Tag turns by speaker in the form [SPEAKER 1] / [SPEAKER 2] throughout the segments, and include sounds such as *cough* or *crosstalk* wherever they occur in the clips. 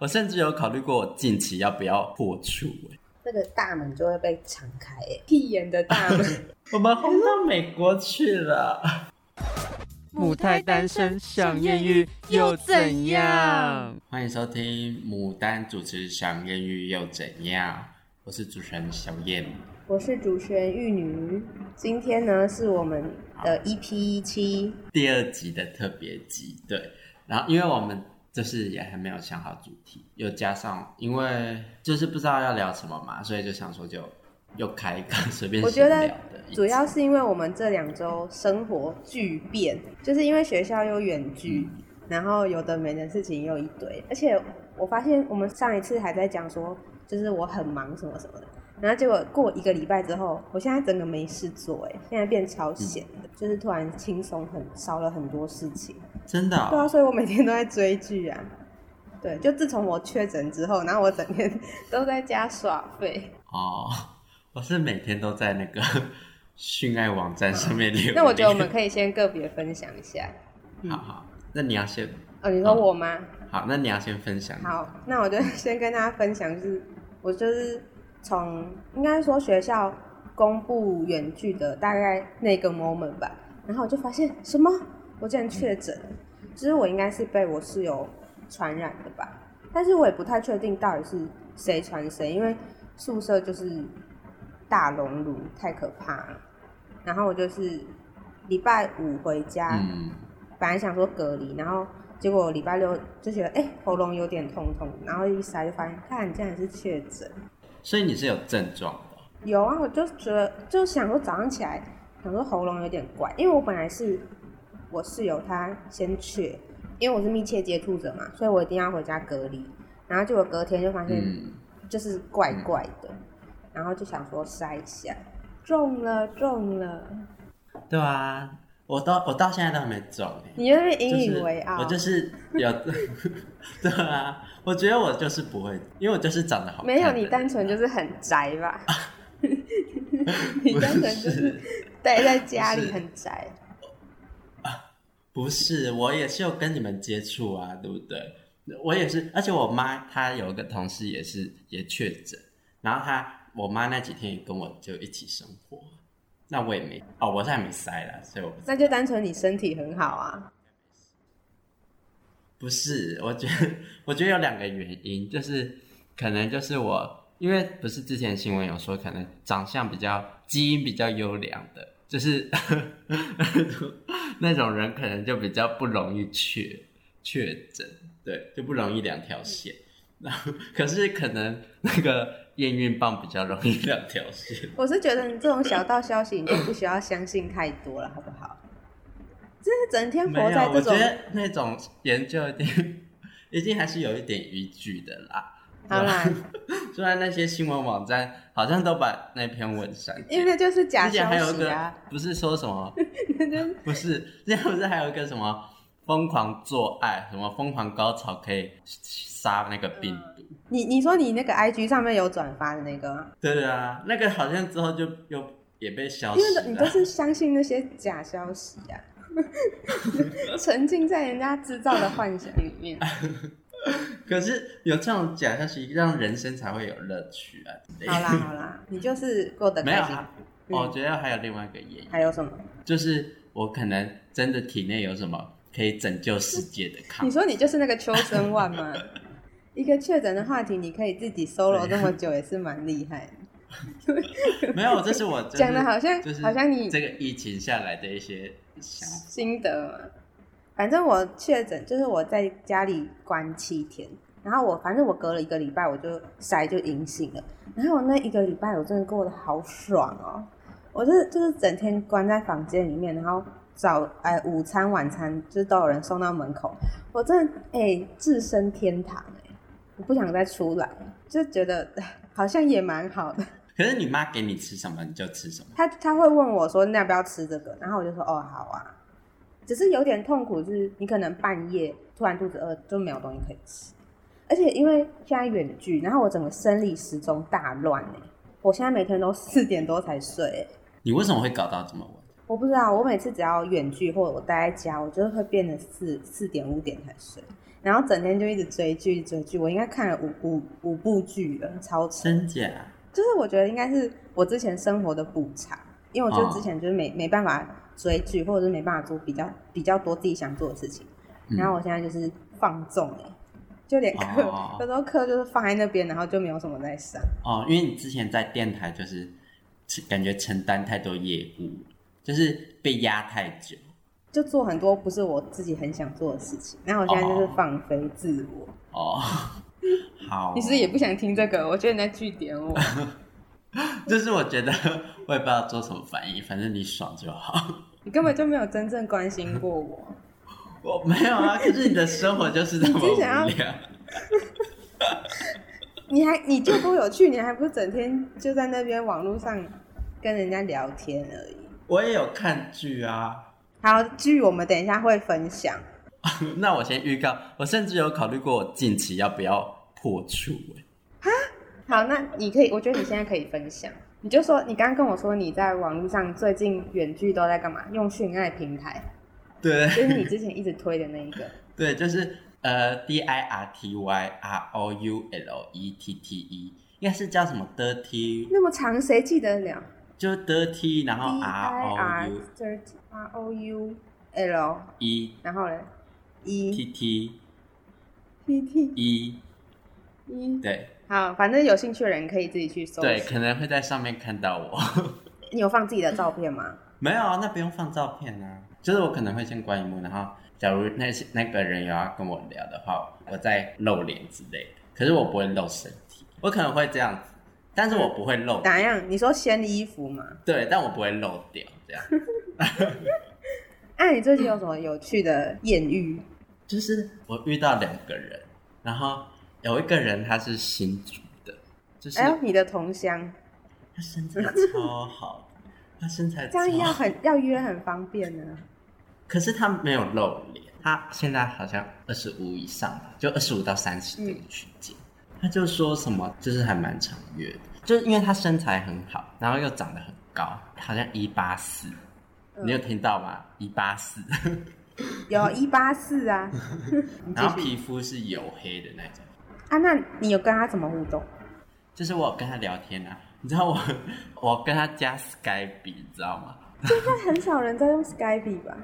[SPEAKER 1] 我甚至有考虑过，我近期要不要破处、欸？
[SPEAKER 2] 那个大门就会被敞开、欸， *laughs* 屁眼的大门。
[SPEAKER 1] 我们轰到美国去了。
[SPEAKER 3] 母胎单身想艳遇又怎样？
[SPEAKER 1] 欢迎收听《牡丹主持想艳遇又怎样》，我是主持人小燕。
[SPEAKER 2] *laughs* 我是主持人玉女，今天呢是我们的 EP 七
[SPEAKER 1] 第二集的特别集，对。然后，因为我们就是也还没有想好主题，又加上因为就是不知道要聊什么嘛，所以就想说就又开一个 *laughs* 随便
[SPEAKER 2] 我
[SPEAKER 1] 闲
[SPEAKER 2] 觉得
[SPEAKER 1] 聊的一集。
[SPEAKER 2] 主要是因为我们这两周生活巨变，就是因为学校又远距，然后有的没的事情又一堆，而且我发现我们上一次还在讲说，就是我很忙什么什么的，然后结果过一个礼拜之后，我现在整个没事做、哎，现在变超闲的，就是突然轻松很少了很多事情，
[SPEAKER 1] 真的哦、
[SPEAKER 2] 对啊，所以我每天都在追剧啊。 *laughs* 对，就自从我确诊之后，然后我整天都在家耍废。
[SPEAKER 1] 哦，我是每天都在那个训爱网站上面留言。
[SPEAKER 2] *laughs* 那我觉得我们可以先个别分享一下。
[SPEAKER 1] 好好，那你要先
[SPEAKER 2] 哦，你说我吗？
[SPEAKER 1] 好，那你要先分享。
[SPEAKER 2] 好，那我就 *laughs* 先跟大家分享，就是我就是从应该说学校公布远距的大概那个 moment 吧，然后我就发现什么，我竟然确诊了，就是我应该是被我室友传染的吧，但是我也不太确定到底是谁传谁，因为宿舍就是大熔炉，太可怕了。然后我就是礼拜五回家，
[SPEAKER 1] 嗯，
[SPEAKER 2] 本来想说隔离，然后结果礼拜六就觉得哎、喉咙有点痛痛，然后一筛就发现，看竟然是确诊。
[SPEAKER 1] 所以你是有症状的。
[SPEAKER 2] 有啊，我就觉得就想说早上起来想说喉咙有点怪，因为我本来是我室友他先去，因为我是密切接触者嘛，所以我一定要回家隔离。然后结果隔天就发现
[SPEAKER 1] 嗯，
[SPEAKER 2] 就是怪怪的，然后就想说筛一下，中了中了，
[SPEAKER 1] 对啊，我到我到现在都还没中欸
[SPEAKER 2] 你就是
[SPEAKER 1] 就是
[SPEAKER 2] 引以为啊傲，
[SPEAKER 1] 我就是有， *laughs* 对啊，我觉得我就是不会，因为我就是长得好看的
[SPEAKER 2] 没
[SPEAKER 1] 人
[SPEAKER 2] 有，
[SPEAKER 1] 啊。
[SPEAKER 2] 你单纯就是很
[SPEAKER 1] *laughs*
[SPEAKER 2] 宅吧？你
[SPEAKER 1] 不
[SPEAKER 2] 单纯就是 *laughs* 待在家里很宅。
[SPEAKER 1] 不是，我也是有跟你们接触啊，对不对？我也是，而且我妈她有一个同事也是也确诊，然后她我妈那几天也跟我就一起生活，那我也没哦，我是还没塞啦，所以我不
[SPEAKER 2] 那就单纯你身体很好啊。
[SPEAKER 1] 不是，我觉得我觉得有两个原因，就是可能就是我，因为不是之前新闻有说，可能长相比较基因比较优良的，就是 *laughs* 那种人可能就比较不容易确确诊，对，就不容易两条线。 *laughs* 然后可是可能那个验孕棒比较容易两条线，
[SPEAKER 2] 我是觉得你这种小道消息，你就不需要相信太多了，好不好？就是整天
[SPEAKER 1] 没
[SPEAKER 2] 活在
[SPEAKER 1] 有，
[SPEAKER 2] 这
[SPEAKER 1] 我觉
[SPEAKER 2] 种
[SPEAKER 1] 得那种研究一定 *laughs* 一定还是有一点依据的啦。
[SPEAKER 2] 好啦，
[SPEAKER 1] *laughs* 虽然那些新闻网站好像都把那篇文删掉，
[SPEAKER 2] 因为就是假
[SPEAKER 1] 之前
[SPEAKER 2] 消
[SPEAKER 1] 还有一
[SPEAKER 2] 息
[SPEAKER 1] 个
[SPEAKER 2] 啊。
[SPEAKER 1] 不是说什
[SPEAKER 2] *laughs*
[SPEAKER 1] 么， *laughs* 不是之前不是还有一个什么疯狂做爱，什么疯狂高潮可以杀那个病毒？
[SPEAKER 2] 你你说你那个 IG 上面有转发的那个吗，
[SPEAKER 1] 对啊，那个好像之后就又也被消
[SPEAKER 2] 因
[SPEAKER 1] 失
[SPEAKER 2] 为你都
[SPEAKER 1] 了。
[SPEAKER 2] 是相信那些假消息
[SPEAKER 1] *laughs*
[SPEAKER 2] 啊，沉浸在人家制造的幻想里
[SPEAKER 1] *laughs*
[SPEAKER 2] 面。
[SPEAKER 1] 可是有这种假消息，让人生才会有乐趣啊！之类的
[SPEAKER 2] 好啦好啦，你就是过得
[SPEAKER 1] 没有
[SPEAKER 2] 开心。
[SPEAKER 1] 啊，
[SPEAKER 2] 嗯
[SPEAKER 1] 我觉得还有另外一个原因，
[SPEAKER 2] 还有什么？
[SPEAKER 1] 就是我可能真的体内有什么可以拯救世界
[SPEAKER 2] *laughs*
[SPEAKER 1] 的抗
[SPEAKER 2] 你
[SPEAKER 1] 体。
[SPEAKER 2] 说你就是那个秋生万
[SPEAKER 1] *laughs*
[SPEAKER 2] 吗？一个确诊的话题，你可以自己 solo 这么久，也是蛮厉害的。
[SPEAKER 1] 没有，这是我就是
[SPEAKER 2] 讲的好像
[SPEAKER 1] 就是
[SPEAKER 2] 好像你
[SPEAKER 1] 这个疫情下来的一些想法。
[SPEAKER 2] 心得嘛。反正我确诊，就是我在家里关七天，然后我反正我隔了一个礼拜，我就筛就阴性了。然后我那一个礼拜，我真的过得好爽哦！我就是就是整天关在房间里面，然后早哎午餐晚餐就是都有人送到门口，我真的哎、置身天堂哎、我不想再出来，就觉得 *sighs* 哎好像也蛮好的。
[SPEAKER 1] 可是你妈给你吃什么你就吃什么，
[SPEAKER 2] 他他会问我说那要不要吃这个，然后我就说哦好啊，只是有点痛苦，就是你可能半夜突然肚子饿就没有东西可以吃，而且因为现在远距，然后我整个生理时钟大乱哎、我现在每天都四点多才睡、欸，
[SPEAKER 1] 你为什么会搞到这么晚？
[SPEAKER 2] 我不知道，我每次只要远距或者我待在家，我就会变成四四点五点才睡，然后整天就一直追剧追剧，我应该看了五五五部剧了，超扯。
[SPEAKER 1] 真假？
[SPEAKER 2] 就是我觉得应该是我之前生活的补偿，因为
[SPEAKER 1] 嗯
[SPEAKER 2] 我就之前就是没、没办法追剧，或者是没办法做比较比较多自己想做的事情，
[SPEAKER 1] 嗯
[SPEAKER 2] 然后我现在就是放纵哎、就连课、
[SPEAKER 1] 哦
[SPEAKER 2] 有时候课就是放在那边，然后就没有什么在上。
[SPEAKER 1] 哦，因为你之前在电台就是感觉承担太多业务，就是被压太久。
[SPEAKER 2] 就做很多不是我自己很想做的事情，然后我现在就是放飞自我。
[SPEAKER 1] 哦， *laughs* 好，啊
[SPEAKER 2] 你是不是也不想听这个？我觉得你在据
[SPEAKER 1] *laughs*
[SPEAKER 2] 点我。
[SPEAKER 1] 就是我觉得 *laughs* 我也不知道做什么反应，反正你爽就好。
[SPEAKER 2] 你根本就没有真正关心过我。
[SPEAKER 1] 我没有啊，可是你的生活就是那么
[SPEAKER 2] 你只想要
[SPEAKER 1] 无聊。
[SPEAKER 2] 你还你就多有趣，你还不是整天就在那边网络上跟人家聊天而已。
[SPEAKER 1] 我也有看剧啊， *laughs*
[SPEAKER 2] 好，剧我们等一下会分享。
[SPEAKER 1] 那我先预告，我甚至有考虑过我近期要不要破处、欸。
[SPEAKER 2] 好，那你可以，我觉得你现在可以分享。你就说，你刚刚跟我说你在网络上最近远距都在干嘛？用训爱平台，
[SPEAKER 1] 对
[SPEAKER 2] 就是你之前一直推的那一个。
[SPEAKER 1] 对，就是呃，D I R T Y R O U L E T T E，应该是叫什么 dirty，
[SPEAKER 2] 那么长，谁记得了
[SPEAKER 1] 就是 dirty，然后
[SPEAKER 2] ？D
[SPEAKER 1] R O
[SPEAKER 2] I
[SPEAKER 1] U
[SPEAKER 2] R R O U L，
[SPEAKER 1] E
[SPEAKER 2] 然后嘞，E
[SPEAKER 1] T T
[SPEAKER 2] P T
[SPEAKER 1] E，
[SPEAKER 2] E。
[SPEAKER 1] 对
[SPEAKER 2] 好，反正有兴趣的人可以自己去搜。
[SPEAKER 1] 对，可能会在上面看到我。
[SPEAKER 2] 你有放自己的照片吗？
[SPEAKER 1] 没有啊，那不用放照片啊，就是我可能会先关一幕，然后假如那些那个人有要跟我聊的话，我再露脸之类的。可是我不会露身体，我可能会这样子，但是我不会露，
[SPEAKER 2] 哪样？你说掀衣服吗？
[SPEAKER 1] 对，但我不会露掉这
[SPEAKER 2] *laughs*
[SPEAKER 1] 样。
[SPEAKER 2] 那、啊你最近有什么有趣的艳遇？
[SPEAKER 1] 就是我遇到两个人，然后有一个人他是新竹的，就是
[SPEAKER 2] 哎呦，你的同乡，
[SPEAKER 1] 他身材超好的，他身材
[SPEAKER 2] 这
[SPEAKER 1] 超
[SPEAKER 2] 样要
[SPEAKER 1] 好，
[SPEAKER 2] 很要约很方便啊呢、
[SPEAKER 1] 可是他没有露脸，他现在好像二十五以上吧，就二十五到三十这个区间。他就说什么，就是还蛮常约的，就是因为他身材很好，然后又长得很高，好像一八四，
[SPEAKER 2] 嗯
[SPEAKER 1] 你有听到吗？一八
[SPEAKER 2] *laughs*
[SPEAKER 1] 四，
[SPEAKER 2] 有一八四啊，你
[SPEAKER 1] *laughs*
[SPEAKER 2] 继
[SPEAKER 1] 然后
[SPEAKER 2] 续
[SPEAKER 1] 皮肤是黝黑的那种。
[SPEAKER 2] *laughs* 啊，那你有跟他怎么互动？
[SPEAKER 1] 就是我有跟他聊天啊，你知道我 *laughs* 我跟他加 Skype，你知道吗？
[SPEAKER 2] 现在很少人在用 Skype 吧？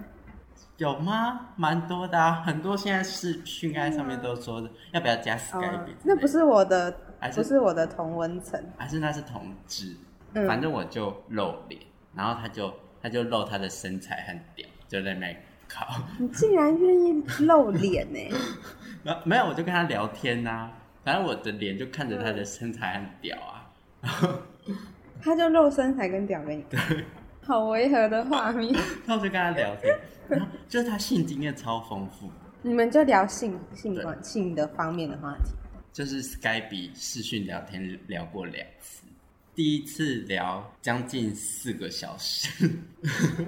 [SPEAKER 1] 有吗？蛮多的啊，很多现在是讯爱上面都说的，要不要加 Skype？、
[SPEAKER 2] 哦那不是我的
[SPEAKER 1] 还，是
[SPEAKER 2] 不是我的同温层。
[SPEAKER 1] 还是那是同志，
[SPEAKER 2] 嗯
[SPEAKER 1] 反正我就露脸，然后他就他就露他的身材很屌，就在那边靠， *laughs*
[SPEAKER 2] 你竟然愿意露脸欸呢、
[SPEAKER 1] 然后没有我就跟他聊天呐、啊，反正我的脸就看着他的身材很屌啊， *laughs*
[SPEAKER 2] 他就露身材跟屌给你看，好违和的
[SPEAKER 1] *laughs*
[SPEAKER 2] 画面。
[SPEAKER 1] 然后我就跟他聊天，然后就是他性经验超丰富，
[SPEAKER 2] 你们就聊性性
[SPEAKER 1] 对
[SPEAKER 2] 关性的方面的话题。
[SPEAKER 1] 就是 Skype 视讯聊天聊过两次，第一次聊将近四个小时，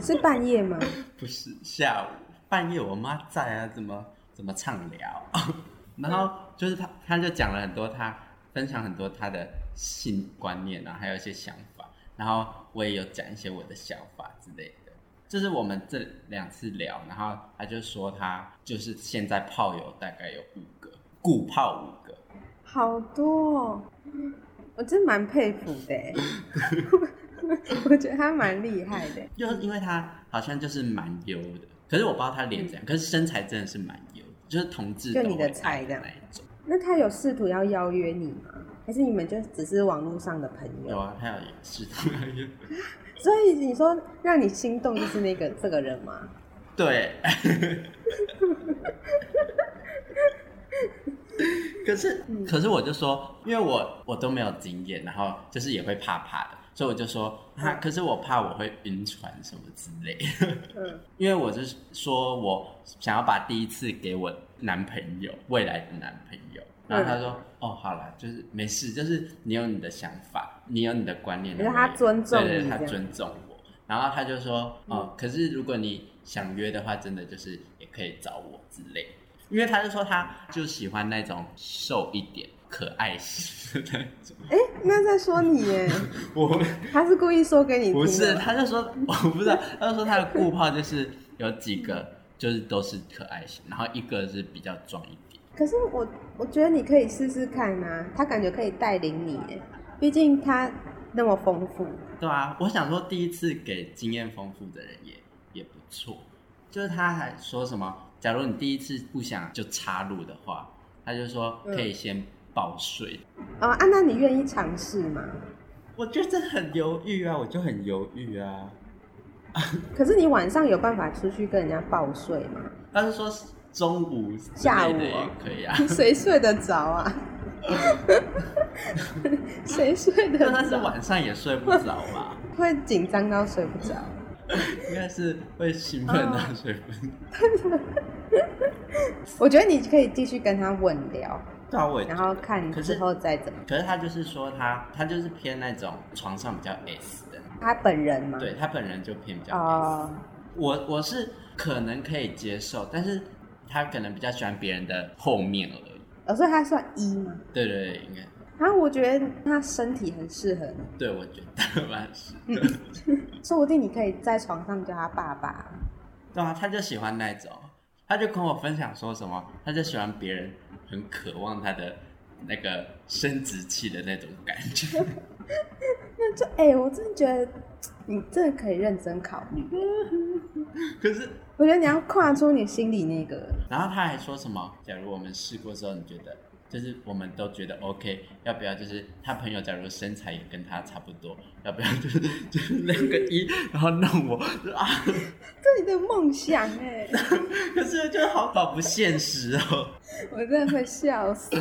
[SPEAKER 2] 是半夜吗？
[SPEAKER 1] 不是下午半夜我妈在啊，怎么怎么畅聊， *laughs* 然后就是她她就讲了很多她分享很多她的性观念啊，还有一些想法，然后我也有讲一些我的想法之类的。就是我们这两次聊，然后她就说她就是现在炮友大概有五个，固炮五个，
[SPEAKER 2] 好多、哦，我真蛮佩服的欸。
[SPEAKER 1] *laughs*
[SPEAKER 2] *laughs* 我觉得他蛮厉害的欸。
[SPEAKER 1] 就是因为他好像就是蛮优的，可是我不知道他脸怎样，可是身材真的是蛮优的，就是同志
[SPEAKER 2] 就
[SPEAKER 1] 都
[SPEAKER 2] 嗯你的
[SPEAKER 1] 会
[SPEAKER 2] 菜
[SPEAKER 1] 爱
[SPEAKER 2] 这样
[SPEAKER 1] 那一种。
[SPEAKER 2] 那他有试图要邀约你吗？还是你们就只是网络上的朋
[SPEAKER 1] 有
[SPEAKER 2] 友？
[SPEAKER 1] 啊，他有也是同样
[SPEAKER 2] 所以你说让你心动就是那个这个人吗？
[SPEAKER 1] 对。 *laughs* 可是，可是我就说，因为我我都没有经验，然后就是也会怕怕的，所以我就说，啊，可是我怕我会晕船什么之类的。
[SPEAKER 2] 嗯，
[SPEAKER 1] 因为我就是说我想要把第一次给我男朋友，未来的男朋友。然后他
[SPEAKER 2] 嗯
[SPEAKER 1] 说：“哦，好啦，就是没事，就是你有你的想法，你有你的观念，
[SPEAKER 2] 可是他尊重
[SPEAKER 1] 对
[SPEAKER 2] 你
[SPEAKER 1] 对，他
[SPEAKER 2] 这样嗯
[SPEAKER 1] 尊重我。”然后他就说：“哦、可是如果你想约的话，真的就是也可以找我之类的。”因为他就说他就喜欢那种瘦一点、可爱型的那种。
[SPEAKER 2] 哎、那在说你耶，
[SPEAKER 1] 我
[SPEAKER 2] 他是故意说给你听
[SPEAKER 1] 不
[SPEAKER 2] 的。
[SPEAKER 1] 是，他就说 *laughs* 我不知道，他就说他的顾炮就是有几个就是都是可爱型，然后一个是比较壮一点，
[SPEAKER 2] 可是我我觉得你可以试试看啊，他感觉可以带领你耶，毕竟他那么丰富。
[SPEAKER 1] 对啊，我想说第一次给经验丰富的人也也不错。就是他还说什么，假如你第一次不想就插入的话，他就说可以先报税。
[SPEAKER 2] 哦啊，那你愿意尝试吗？
[SPEAKER 1] 我觉得这很犹豫啊，我就很犹豫啊。
[SPEAKER 2] 可是你晚上有办法出去跟人家报税吗？
[SPEAKER 1] 他是说中午之
[SPEAKER 2] 下
[SPEAKER 1] 类
[SPEAKER 2] 午
[SPEAKER 1] 的
[SPEAKER 2] 哦
[SPEAKER 1] 也可以
[SPEAKER 2] *laughs*
[SPEAKER 1] 啊，
[SPEAKER 2] 谁睡得着啊？ *laughs* 谁睡得
[SPEAKER 1] 但他是
[SPEAKER 2] 着？
[SPEAKER 1] 晚上也睡不着吧？
[SPEAKER 2] 会紧张到睡不着。
[SPEAKER 1] 应该是会兴奋
[SPEAKER 2] 嗯
[SPEAKER 1] 到睡不着。
[SPEAKER 2] 我觉得你可以继续跟他稳聊，
[SPEAKER 1] 对啊，我也
[SPEAKER 2] 然后看
[SPEAKER 1] 可
[SPEAKER 2] 之
[SPEAKER 1] 是
[SPEAKER 2] 后再怎么。
[SPEAKER 1] 可是他就是说他他就是偏那种床上比较 S 的，
[SPEAKER 2] 他本人吗？
[SPEAKER 1] 对他本人就偏比较 S。
[SPEAKER 2] 嗯哦，
[SPEAKER 1] 我我是可能可以接受，但是他可能比较喜欢别人的后面而已。
[SPEAKER 2] 哦，所以他算一吗？
[SPEAKER 1] 对对对，应该
[SPEAKER 2] 然后我觉得他身体很适合你，
[SPEAKER 1] 对我觉得蛮是。
[SPEAKER 2] 嗯说不定你可以在床上叫他爸爸。
[SPEAKER 1] *laughs* 对啊，他就喜欢那种，他就跟我分享说什么，他就喜欢别人很渴望他的那个生殖器的那种感觉。 *laughs*
[SPEAKER 2] 那就哎、我真的觉得你真的可以认真考虑。
[SPEAKER 1] 可是，
[SPEAKER 2] 我觉得你要跨出你心里那个，
[SPEAKER 1] 然后他还说什么，假如我们试过之后，你觉得？就是我们都觉得 OK，要不要？就是他朋友假如身材也跟他差不多，要不要？就是就是那个一，然后弄我就啊， *laughs*
[SPEAKER 2] 这是你的梦想哎、
[SPEAKER 1] 可是就好好不现实哦。
[SPEAKER 2] 我真的会笑死。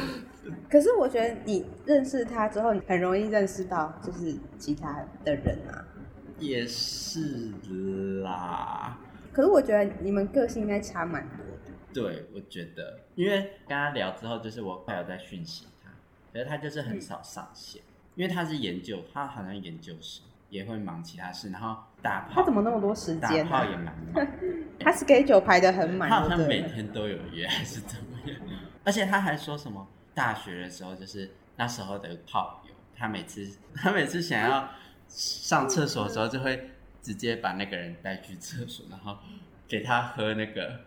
[SPEAKER 2] 可是我觉得你认识他之后，你很容易认识到就是其他的人啊。
[SPEAKER 1] 也是啦，
[SPEAKER 2] 可是我觉得你们个性应该差蛮多的。
[SPEAKER 1] 对，我觉得，因为跟他聊之后，就是我快有在讯息他，可是他就是很少上线，因为他是研究，他好像研究生也会忙其他事，然后打炮，
[SPEAKER 2] 他怎么那么多时
[SPEAKER 1] 打
[SPEAKER 2] 间、
[SPEAKER 1] 炮
[SPEAKER 2] 啊？
[SPEAKER 1] 也蛮忙，
[SPEAKER 2] 他 schedule 排的很
[SPEAKER 1] 他
[SPEAKER 2] 满，
[SPEAKER 1] 好像
[SPEAKER 2] 对不对
[SPEAKER 1] 每天都有约还是怎么样，而且他还说什么大学的时候就是那时候的炮友，他每次 *laughs* 他每次想要上厕所的时候就会直接把那个人带去厕所，然后给他喝那个。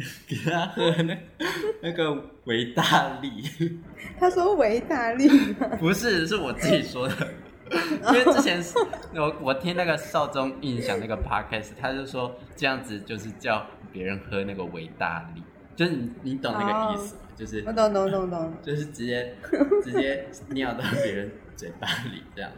[SPEAKER 1] *laughs* 给他喝那那个维大利，
[SPEAKER 2] 他说维大利吗
[SPEAKER 1] 不是，是我自己说的。因为之前是我我听那个少中印象那个 podcast，他就说这样子就是叫别人喝那个维大利，就是你你懂那个意思吗？就是
[SPEAKER 2] 我懂懂懂懂。
[SPEAKER 1] 就是直接直接尿到别人嘴巴里这样。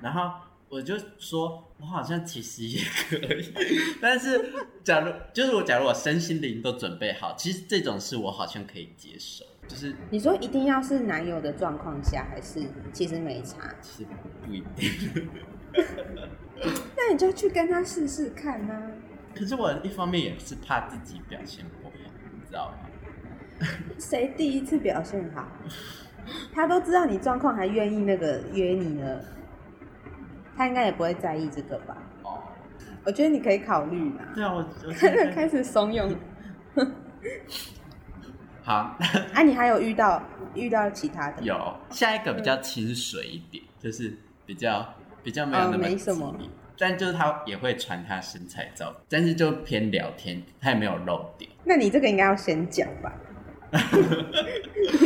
[SPEAKER 1] 然后我就说，我好像其实也可以，但是假如就是我假如我身心灵都准备好，其实这种事我好像可以接受，就是
[SPEAKER 2] 你说一定要是男友的状况下，还是其实没差？
[SPEAKER 1] 其实不一定。
[SPEAKER 2] 那你就去跟他试试看呐、啊。
[SPEAKER 1] 可是我一方面也是怕自己表现不好，你知道吗？
[SPEAKER 2] 谁第一次表现好？他都知道你状况，还愿意那个约你了，他应该也不会在意这个吧？
[SPEAKER 1] 哦，
[SPEAKER 2] 我觉得你可以考虑
[SPEAKER 1] *laughs*
[SPEAKER 2] 啦。
[SPEAKER 1] 对啊，我
[SPEAKER 2] *laughs*
[SPEAKER 1] 我现在
[SPEAKER 2] 开始怂恿
[SPEAKER 1] 好
[SPEAKER 2] 啊！你还有遇到遇到其他的？
[SPEAKER 1] 有下一个比较清水一点，就是比较比较没有那
[SPEAKER 2] 嗯
[SPEAKER 1] 么
[SPEAKER 2] 没
[SPEAKER 1] 激
[SPEAKER 2] 什么
[SPEAKER 1] 烈，但就是他也会传他身材照，但是就偏聊天，他也没有漏点。
[SPEAKER 2] 那你这个应该要先讲
[SPEAKER 1] *laughs*
[SPEAKER 2] 吧？你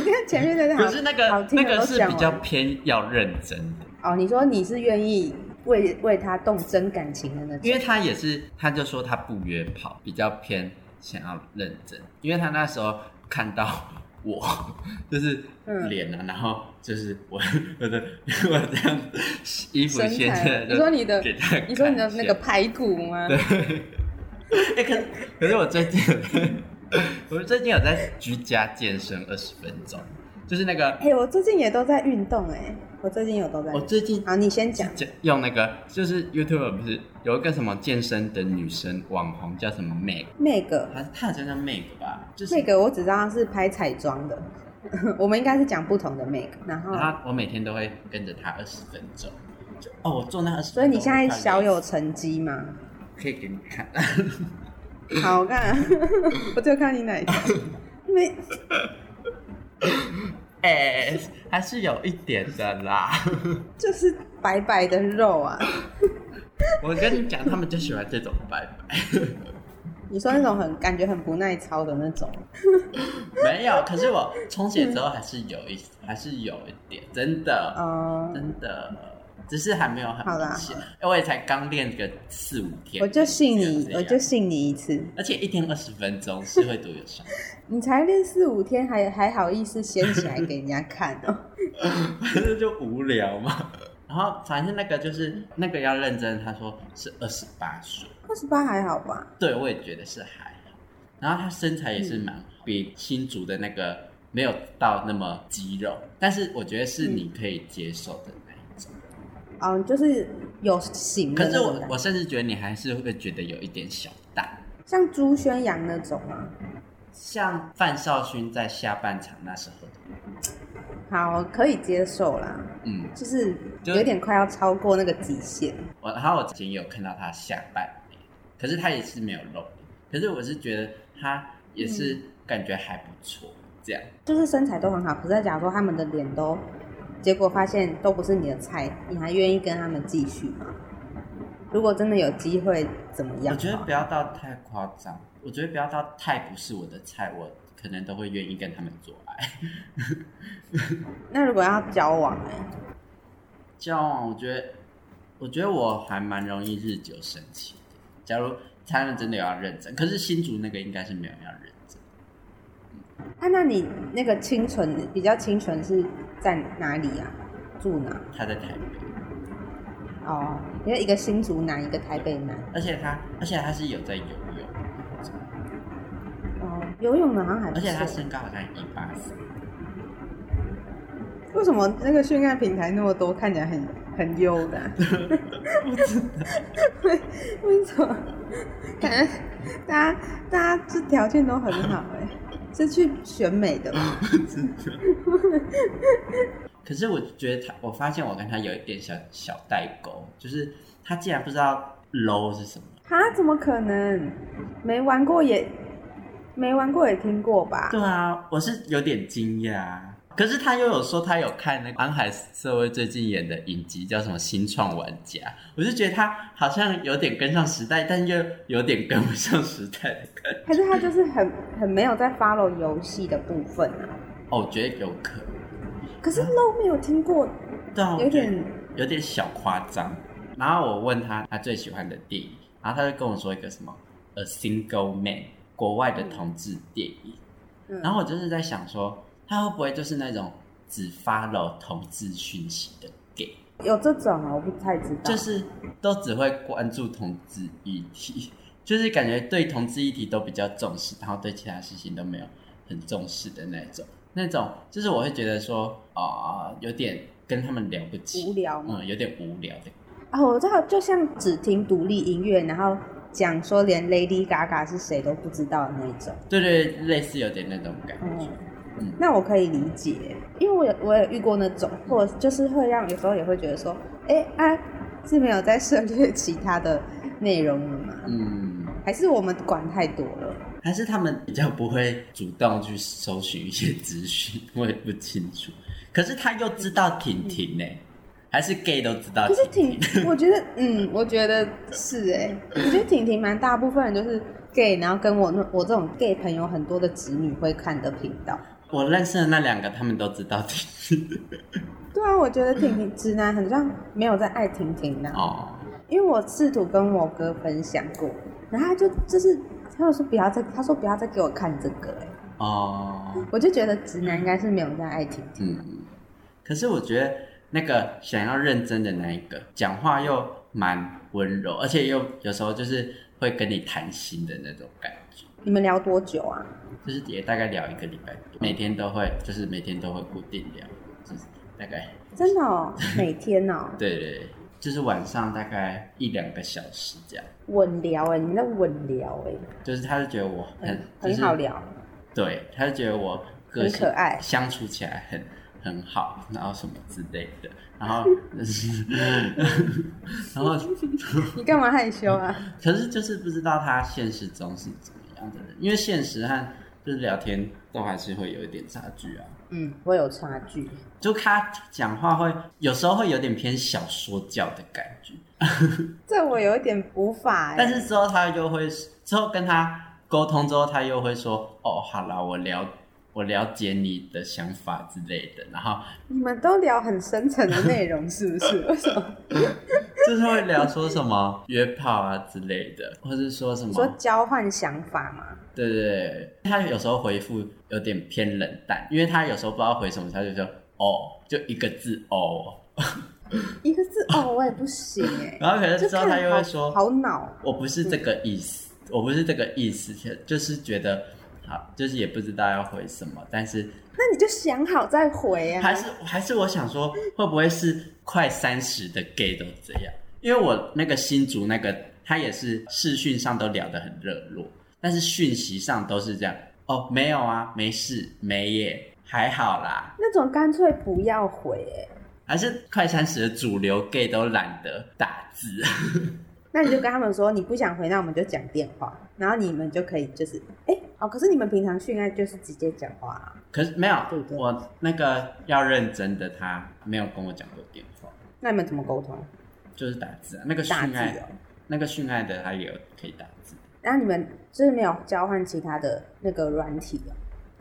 [SPEAKER 2] 看前面的好
[SPEAKER 1] 可是那
[SPEAKER 2] 啊好
[SPEAKER 1] 个
[SPEAKER 2] 听
[SPEAKER 1] 那
[SPEAKER 2] 的
[SPEAKER 1] 个
[SPEAKER 2] 都
[SPEAKER 1] 是
[SPEAKER 2] 讲
[SPEAKER 1] 比较
[SPEAKER 2] 完
[SPEAKER 1] 偏要认真的，
[SPEAKER 2] 哦，你说你是愿意为为他动真感情的那种
[SPEAKER 1] 因为他也是他就说他不约炮，比较偏想要认真，因为他那时候看到我 *laughs* 就是
[SPEAKER 2] 嗯
[SPEAKER 1] 脸啊，然后就是我 *laughs* 我的我这样子衣服掀起来，
[SPEAKER 2] *laughs* 你说你的
[SPEAKER 1] 给他，
[SPEAKER 2] 你说你的那个排骨吗？
[SPEAKER 1] 哎、可可是我最近 *laughs* 有在，我最近有在居家健身二十分钟，就是那个
[SPEAKER 2] 哎、我最近也都在运动哎、我最近有都在
[SPEAKER 1] 我。最近
[SPEAKER 2] 好，你先讲。
[SPEAKER 1] 用那个就是 YouTube 不是有一个什么健身的女生网红叫什么 Meg，
[SPEAKER 2] 那个
[SPEAKER 1] 她她好像叫 Meg 吧，就是
[SPEAKER 2] 那个我只知道它是拍彩妆的， *laughs* 我们应该是讲不同的 make。然后，
[SPEAKER 1] 然后我每天都会跟着她二十分钟，就哦我做那二十，
[SPEAKER 2] 所以你现在小有成绩吗？
[SPEAKER 1] 可以给你看， *laughs* 嗯
[SPEAKER 2] 好，我看， *laughs* 我就看你哪一条。没，
[SPEAKER 1] 哎、还是有一点的啦。 *laughs*
[SPEAKER 2] 就是白白的肉啊。
[SPEAKER 1] 我跟你讲，他们就喜欢这种拜拜。
[SPEAKER 2] 你说那种很感觉很不耐操的那种，
[SPEAKER 1] 没有，可是我充血之后还是有一，还是有一点，真的，
[SPEAKER 2] 嗯，
[SPEAKER 1] 真的，只是还没有很
[SPEAKER 2] 好啦
[SPEAKER 1] 明显，因为我也才刚练个四五天，
[SPEAKER 2] 我就信你，
[SPEAKER 1] 这样
[SPEAKER 2] 我就信你一次。
[SPEAKER 1] 啊而且一天二十分钟是会多有伤，
[SPEAKER 2] 你才练四五天还，还好意思掀起来给人家看哦、
[SPEAKER 1] 反正就无聊嘛。 *laughs* 然后反正那个就是那个要认真，他说是二十八岁，
[SPEAKER 2] 二十八还好吧？
[SPEAKER 1] 对我也觉得是还好。然后他身材也是蛮好，比新竹的那个没有到那么肌肉，但是我觉得是你可以接受的那一种。
[SPEAKER 2] 哦、就是有型的
[SPEAKER 1] 可
[SPEAKER 2] 那
[SPEAKER 1] 是
[SPEAKER 2] 种
[SPEAKER 1] 我
[SPEAKER 2] 感觉，
[SPEAKER 1] 我甚至觉得你还是会觉得有一点小大，
[SPEAKER 2] 像朱宣阳那种啊。
[SPEAKER 1] 像范少勋在下半场那时候的，
[SPEAKER 2] 好，可以接受啦，
[SPEAKER 1] 嗯，
[SPEAKER 2] 就是
[SPEAKER 1] 就
[SPEAKER 2] 有点快要超过那个极限。
[SPEAKER 1] 我然后我之前也有看到他下半年，可是他也是没有露，可是我是觉得他也是感觉还不错，这样
[SPEAKER 2] 就是身材都很好，可是假如说他们的脸都，结果发现都不是你的菜，你还愿意跟他们继续吗？如果真的有机会，怎么样
[SPEAKER 1] 我
[SPEAKER 2] 啊的
[SPEAKER 1] 觉得
[SPEAKER 2] 话？
[SPEAKER 1] 不要到太夸张，我觉得不要到太不是我的菜，我可能都会愿意跟他们做爱。 *laughs*
[SPEAKER 2] 那如果要交往、欸，
[SPEAKER 1] 交往，我觉得，我觉得我还蛮容易日久生情的。假如他们真的有要认真，可是新竹那个应该是没有要认真。
[SPEAKER 2] 啊，那你那个清纯比较清纯是在哪里啊？住哪？
[SPEAKER 1] 他在台北，
[SPEAKER 2] 哦，因为一个新竹男，一个台北男。
[SPEAKER 1] 而且他，而且他是有在游泳，
[SPEAKER 2] 哦，游泳的好像还不
[SPEAKER 1] 而且他
[SPEAKER 2] 错。
[SPEAKER 1] 身高好像一八四，
[SPEAKER 2] 为什么那个训练平台那么多，看起来很很优
[SPEAKER 1] *laughs*
[SPEAKER 2] 的、啊？为为什么？感觉大家大家这条件都很好哎、是去选美的吗？
[SPEAKER 1] 可是我觉得他，我发现我跟他有一点小小代沟，就是他竟然不知道 low 是什么。
[SPEAKER 2] 哈，怎么可能？没玩过也没玩过也听过吧？
[SPEAKER 1] 对啊，我是有点惊讶。啊可是他又有说他有看那个安海社会最近演的影集叫什么《新创玩家》，我就觉得他好像有点跟上时代，但又有点跟不上时代的感觉。
[SPEAKER 2] 还是他就是很很没有在 follow 游戏的部分啊？
[SPEAKER 1] 哦，我觉得有可能，
[SPEAKER 2] 可是 low 没有听过，
[SPEAKER 1] 对啊，我
[SPEAKER 2] 有
[SPEAKER 1] 觉得
[SPEAKER 2] 点
[SPEAKER 1] 有点小夸张。然后我问他他最喜欢的电影，然后他就跟我说一个什么《A Single Man》，国外的同志电影。
[SPEAKER 2] 嗯
[SPEAKER 1] 然后我就是在想说，他会不会就是那种只 follow 同志讯息的 gay？
[SPEAKER 2] 有这种啊，我不太知道。
[SPEAKER 1] 就是都只会关注同志议题， *laughs* 就是感觉对同志议题都比较重视，然后对其他事情都没有很重视的那种。那种就是我会觉得说，啊、有点跟他们聊不起，
[SPEAKER 2] 无聊嘛。
[SPEAKER 1] 嗯，有点无聊的。
[SPEAKER 2] 啊、我知道，就像只听独立音乐，然后讲说连 Lady Gaga 是谁都不知道的那一种。
[SPEAKER 1] 对对，类似有点那种感觉
[SPEAKER 2] 嗯。，
[SPEAKER 1] 嗯
[SPEAKER 2] 那我可以理解，因为我有我也遇过那种，或者就是会让有时候也会觉得说，哎、啊，是没有在涉猎其他的内容了吗？
[SPEAKER 1] 嗯，
[SPEAKER 2] 还是我们管太多了？
[SPEAKER 1] 还是他们比较不会主动去搜寻一些资讯，我也不清楚。可是他又知道婷婷呢、还是 gay 都知道
[SPEAKER 2] 可
[SPEAKER 1] 婷
[SPEAKER 2] 是
[SPEAKER 1] 婷。
[SPEAKER 2] 婷，我觉得，嗯，我觉得是哎、我觉得婷婷蛮大部分人就是 gay，然后跟我那我这种 gay 朋友很多的子女会看的频道。
[SPEAKER 1] 我认识的那两个，他们都知道婷婷。
[SPEAKER 2] 对啊，我觉得婷婷直男很像没有在爱婷婷的、
[SPEAKER 1] 哦，
[SPEAKER 2] 因为我试图跟我哥分享过，然后他就就是他就说不要再，他说不要再给我看这个、欸，
[SPEAKER 1] 哦，
[SPEAKER 2] 我就觉得直男应该是没有在爱婷婷。
[SPEAKER 1] 嗯。可是我觉得那个想要认真的那一个，讲话又蛮温柔，而且又有时候就是会跟你谈心的那种感觉，
[SPEAKER 2] 你们聊多久啊？
[SPEAKER 1] 就是也大概聊一个礼拜多，每天都会，就是每天都会固定聊，就是大概，
[SPEAKER 2] 真的哦，每天哦，
[SPEAKER 1] 对对对，就是晚上大概一两个小时这样。
[SPEAKER 2] 稳聊哎、欸，你们在稳聊哎、
[SPEAKER 1] 就是他就觉得我很
[SPEAKER 2] 很、
[SPEAKER 1] 哎就是、
[SPEAKER 2] 很好聊，
[SPEAKER 1] 对，他就觉得我个性
[SPEAKER 2] 很可爱
[SPEAKER 1] 相处起来很很好，然后什么之类的，然
[SPEAKER 2] *laughs*
[SPEAKER 1] 后就是然后
[SPEAKER 2] 你干嘛害羞啊？
[SPEAKER 1] 可是就是不知道他现实中是怎么样的人，因为现实和就是聊天都还是会有一点差距啊。
[SPEAKER 2] 嗯，我有差距。
[SPEAKER 1] 就他讲话会有时候会有点偏小说教的感觉，
[SPEAKER 2] 这我有一点无法哎、
[SPEAKER 1] 但是之后他又会之后跟他沟通之后，他又会说：“哦，好啦，我了我了解你的想法之类的。”然后
[SPEAKER 2] 你们都聊很深层的内容，是不是？为什么？
[SPEAKER 1] 就是会聊说什么约炮啊之类的，或是说什
[SPEAKER 2] 你说
[SPEAKER 1] 么
[SPEAKER 2] 交换想法吗？
[SPEAKER 1] 对对对，他有时候回复有点偏冷淡，因为他有时候不知道回什么，他就说哦，就一个字哦，
[SPEAKER 2] 一个字哦，我也不行哎、
[SPEAKER 1] *laughs* 然后可能
[SPEAKER 2] 这
[SPEAKER 1] 之后
[SPEAKER 2] 看
[SPEAKER 1] 他又会
[SPEAKER 2] 好
[SPEAKER 1] 说
[SPEAKER 2] 好恼，
[SPEAKER 1] 我不是这
[SPEAKER 2] 嗯
[SPEAKER 1] 个意思，我不是这个意思，就是觉得好，就是也不知道要回什么，但是
[SPEAKER 2] 那你就想好再回啊。
[SPEAKER 1] 还是还是我想说，会不会是快三十的 gay 都这样？因为我那个新竹那个，他也是视讯上都聊得很热络，但是讯息上都是这样哦，没有啊，没事，没耶，还好啦。
[SPEAKER 2] 那种干脆不要回哎、
[SPEAKER 1] 还是快三十的主流 gay 都懒得打字，
[SPEAKER 2] 那你就跟他们说你不想回，那我们就讲电话，然后你们就可以就是哎、哦，可是你们平常训练就是直接讲话啊。
[SPEAKER 1] 可是没有
[SPEAKER 2] 对对，
[SPEAKER 1] 我那个要认真的他没有跟我讲过电话，
[SPEAKER 2] 那你们怎么沟通？
[SPEAKER 1] 就是打字啊。那个训
[SPEAKER 2] 打字
[SPEAKER 1] 爱，
[SPEAKER 2] 哦、
[SPEAKER 1] 那个训爱的他也有可以打字，
[SPEAKER 2] 然后你们就是没有交换其他的那个软体哦、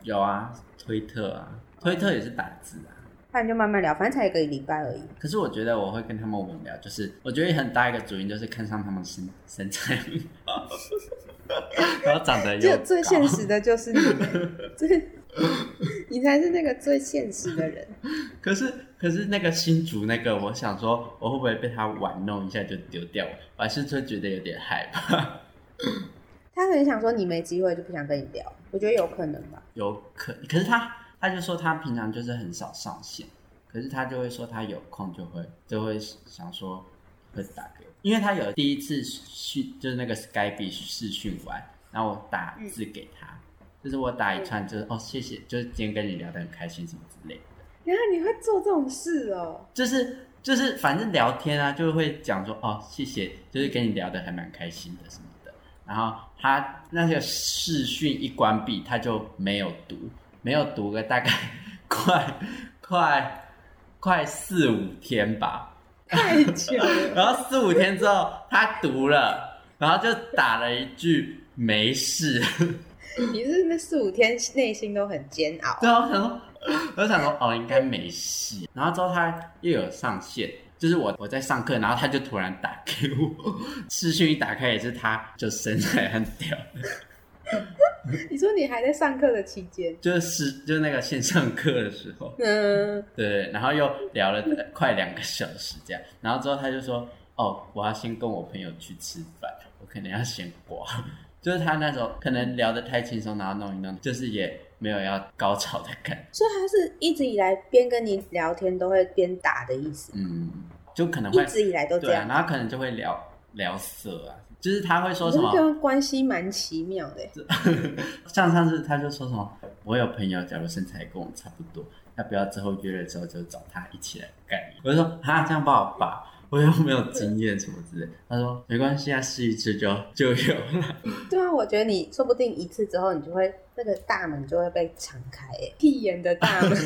[SPEAKER 1] 有啊，推特啊，推特也是打字啊。
[SPEAKER 2] 那你就慢慢聊，反正才一个礼拜而已。
[SPEAKER 1] 可是我觉得我会跟他们文聊，就是我觉得很大一个主因就是看上他们身身材，然后长得又
[SPEAKER 2] 这
[SPEAKER 1] 高
[SPEAKER 2] 最现实。的就是你，
[SPEAKER 1] *laughs*
[SPEAKER 2] 最 *laughs* 你才是那个最现实的人。
[SPEAKER 1] 可是可是那个新竹那个，我想说我会不会被他玩弄一下就丢掉？我还是就觉得有点害怕，
[SPEAKER 2] 他可能想说你没机会就不想跟你聊，我觉得有可能吧。
[SPEAKER 1] 有可可是他他就说他平常就是很少上线，可是他就会说他有空就会就会想说会打给我，因为他有第一次讯就是那个 Skype 试讯完，然后我打字给他，就是我打一串就是、哦谢谢，就是今天跟你聊得很开心什么之类的，
[SPEAKER 2] 然后你会做这种事哦、
[SPEAKER 1] 就是就是反正聊天啊就会讲说哦谢谢，就是跟你聊得还蛮开心的什么的，然后他那个视讯一关闭他就没有读，没有读个大概 *laughs* 快快快四五天吧，
[SPEAKER 2] 太久了。 *laughs*
[SPEAKER 1] 然后四五天之后，他读了，然后就打了一句没事。
[SPEAKER 2] 你是那四五天内心都很煎
[SPEAKER 1] *laughs*
[SPEAKER 2] 熬。
[SPEAKER 1] 对啊，我想说，我想说，哦，应该没事。然后之后他又有上线，就是我我在上课，然后他就突然打给我，视讯一打开也是他，就身材很屌，
[SPEAKER 2] 你说你还在上课的期间，
[SPEAKER 1] 就是就是那个线上课的时候，
[SPEAKER 2] 嗯，
[SPEAKER 1] 对，然后又聊了快两个小时这样，然后之后他就说，哦，我要先跟我朋友去吃饭，我可能要先挂，就是他那时候可能聊得太轻松，然后弄一弄，就是也没有要高潮的感觉，
[SPEAKER 2] 所以他是一直以来边跟你聊天都会边打的意思，
[SPEAKER 1] 嗯，就可能会
[SPEAKER 2] 一直以来都这
[SPEAKER 1] 对啊，
[SPEAKER 2] 样。
[SPEAKER 1] 然后可能就会聊聊色啊，就是他会说
[SPEAKER 2] 你
[SPEAKER 1] 什
[SPEAKER 2] 这
[SPEAKER 1] 么，
[SPEAKER 2] 个关系蛮奇妙的，
[SPEAKER 1] 像上次他就说什么，我有朋友假如身材跟我差不多，要不要之后约了之后就找他一起来干？我就说哈，这样不好吧，我又没有经验什么之类。他说没关系啊，试一次就就有了。 *laughs*
[SPEAKER 2] 对啊，我觉得你说不定一次之后，你就会那个大门就会被敞开，哎，屁眼的大门。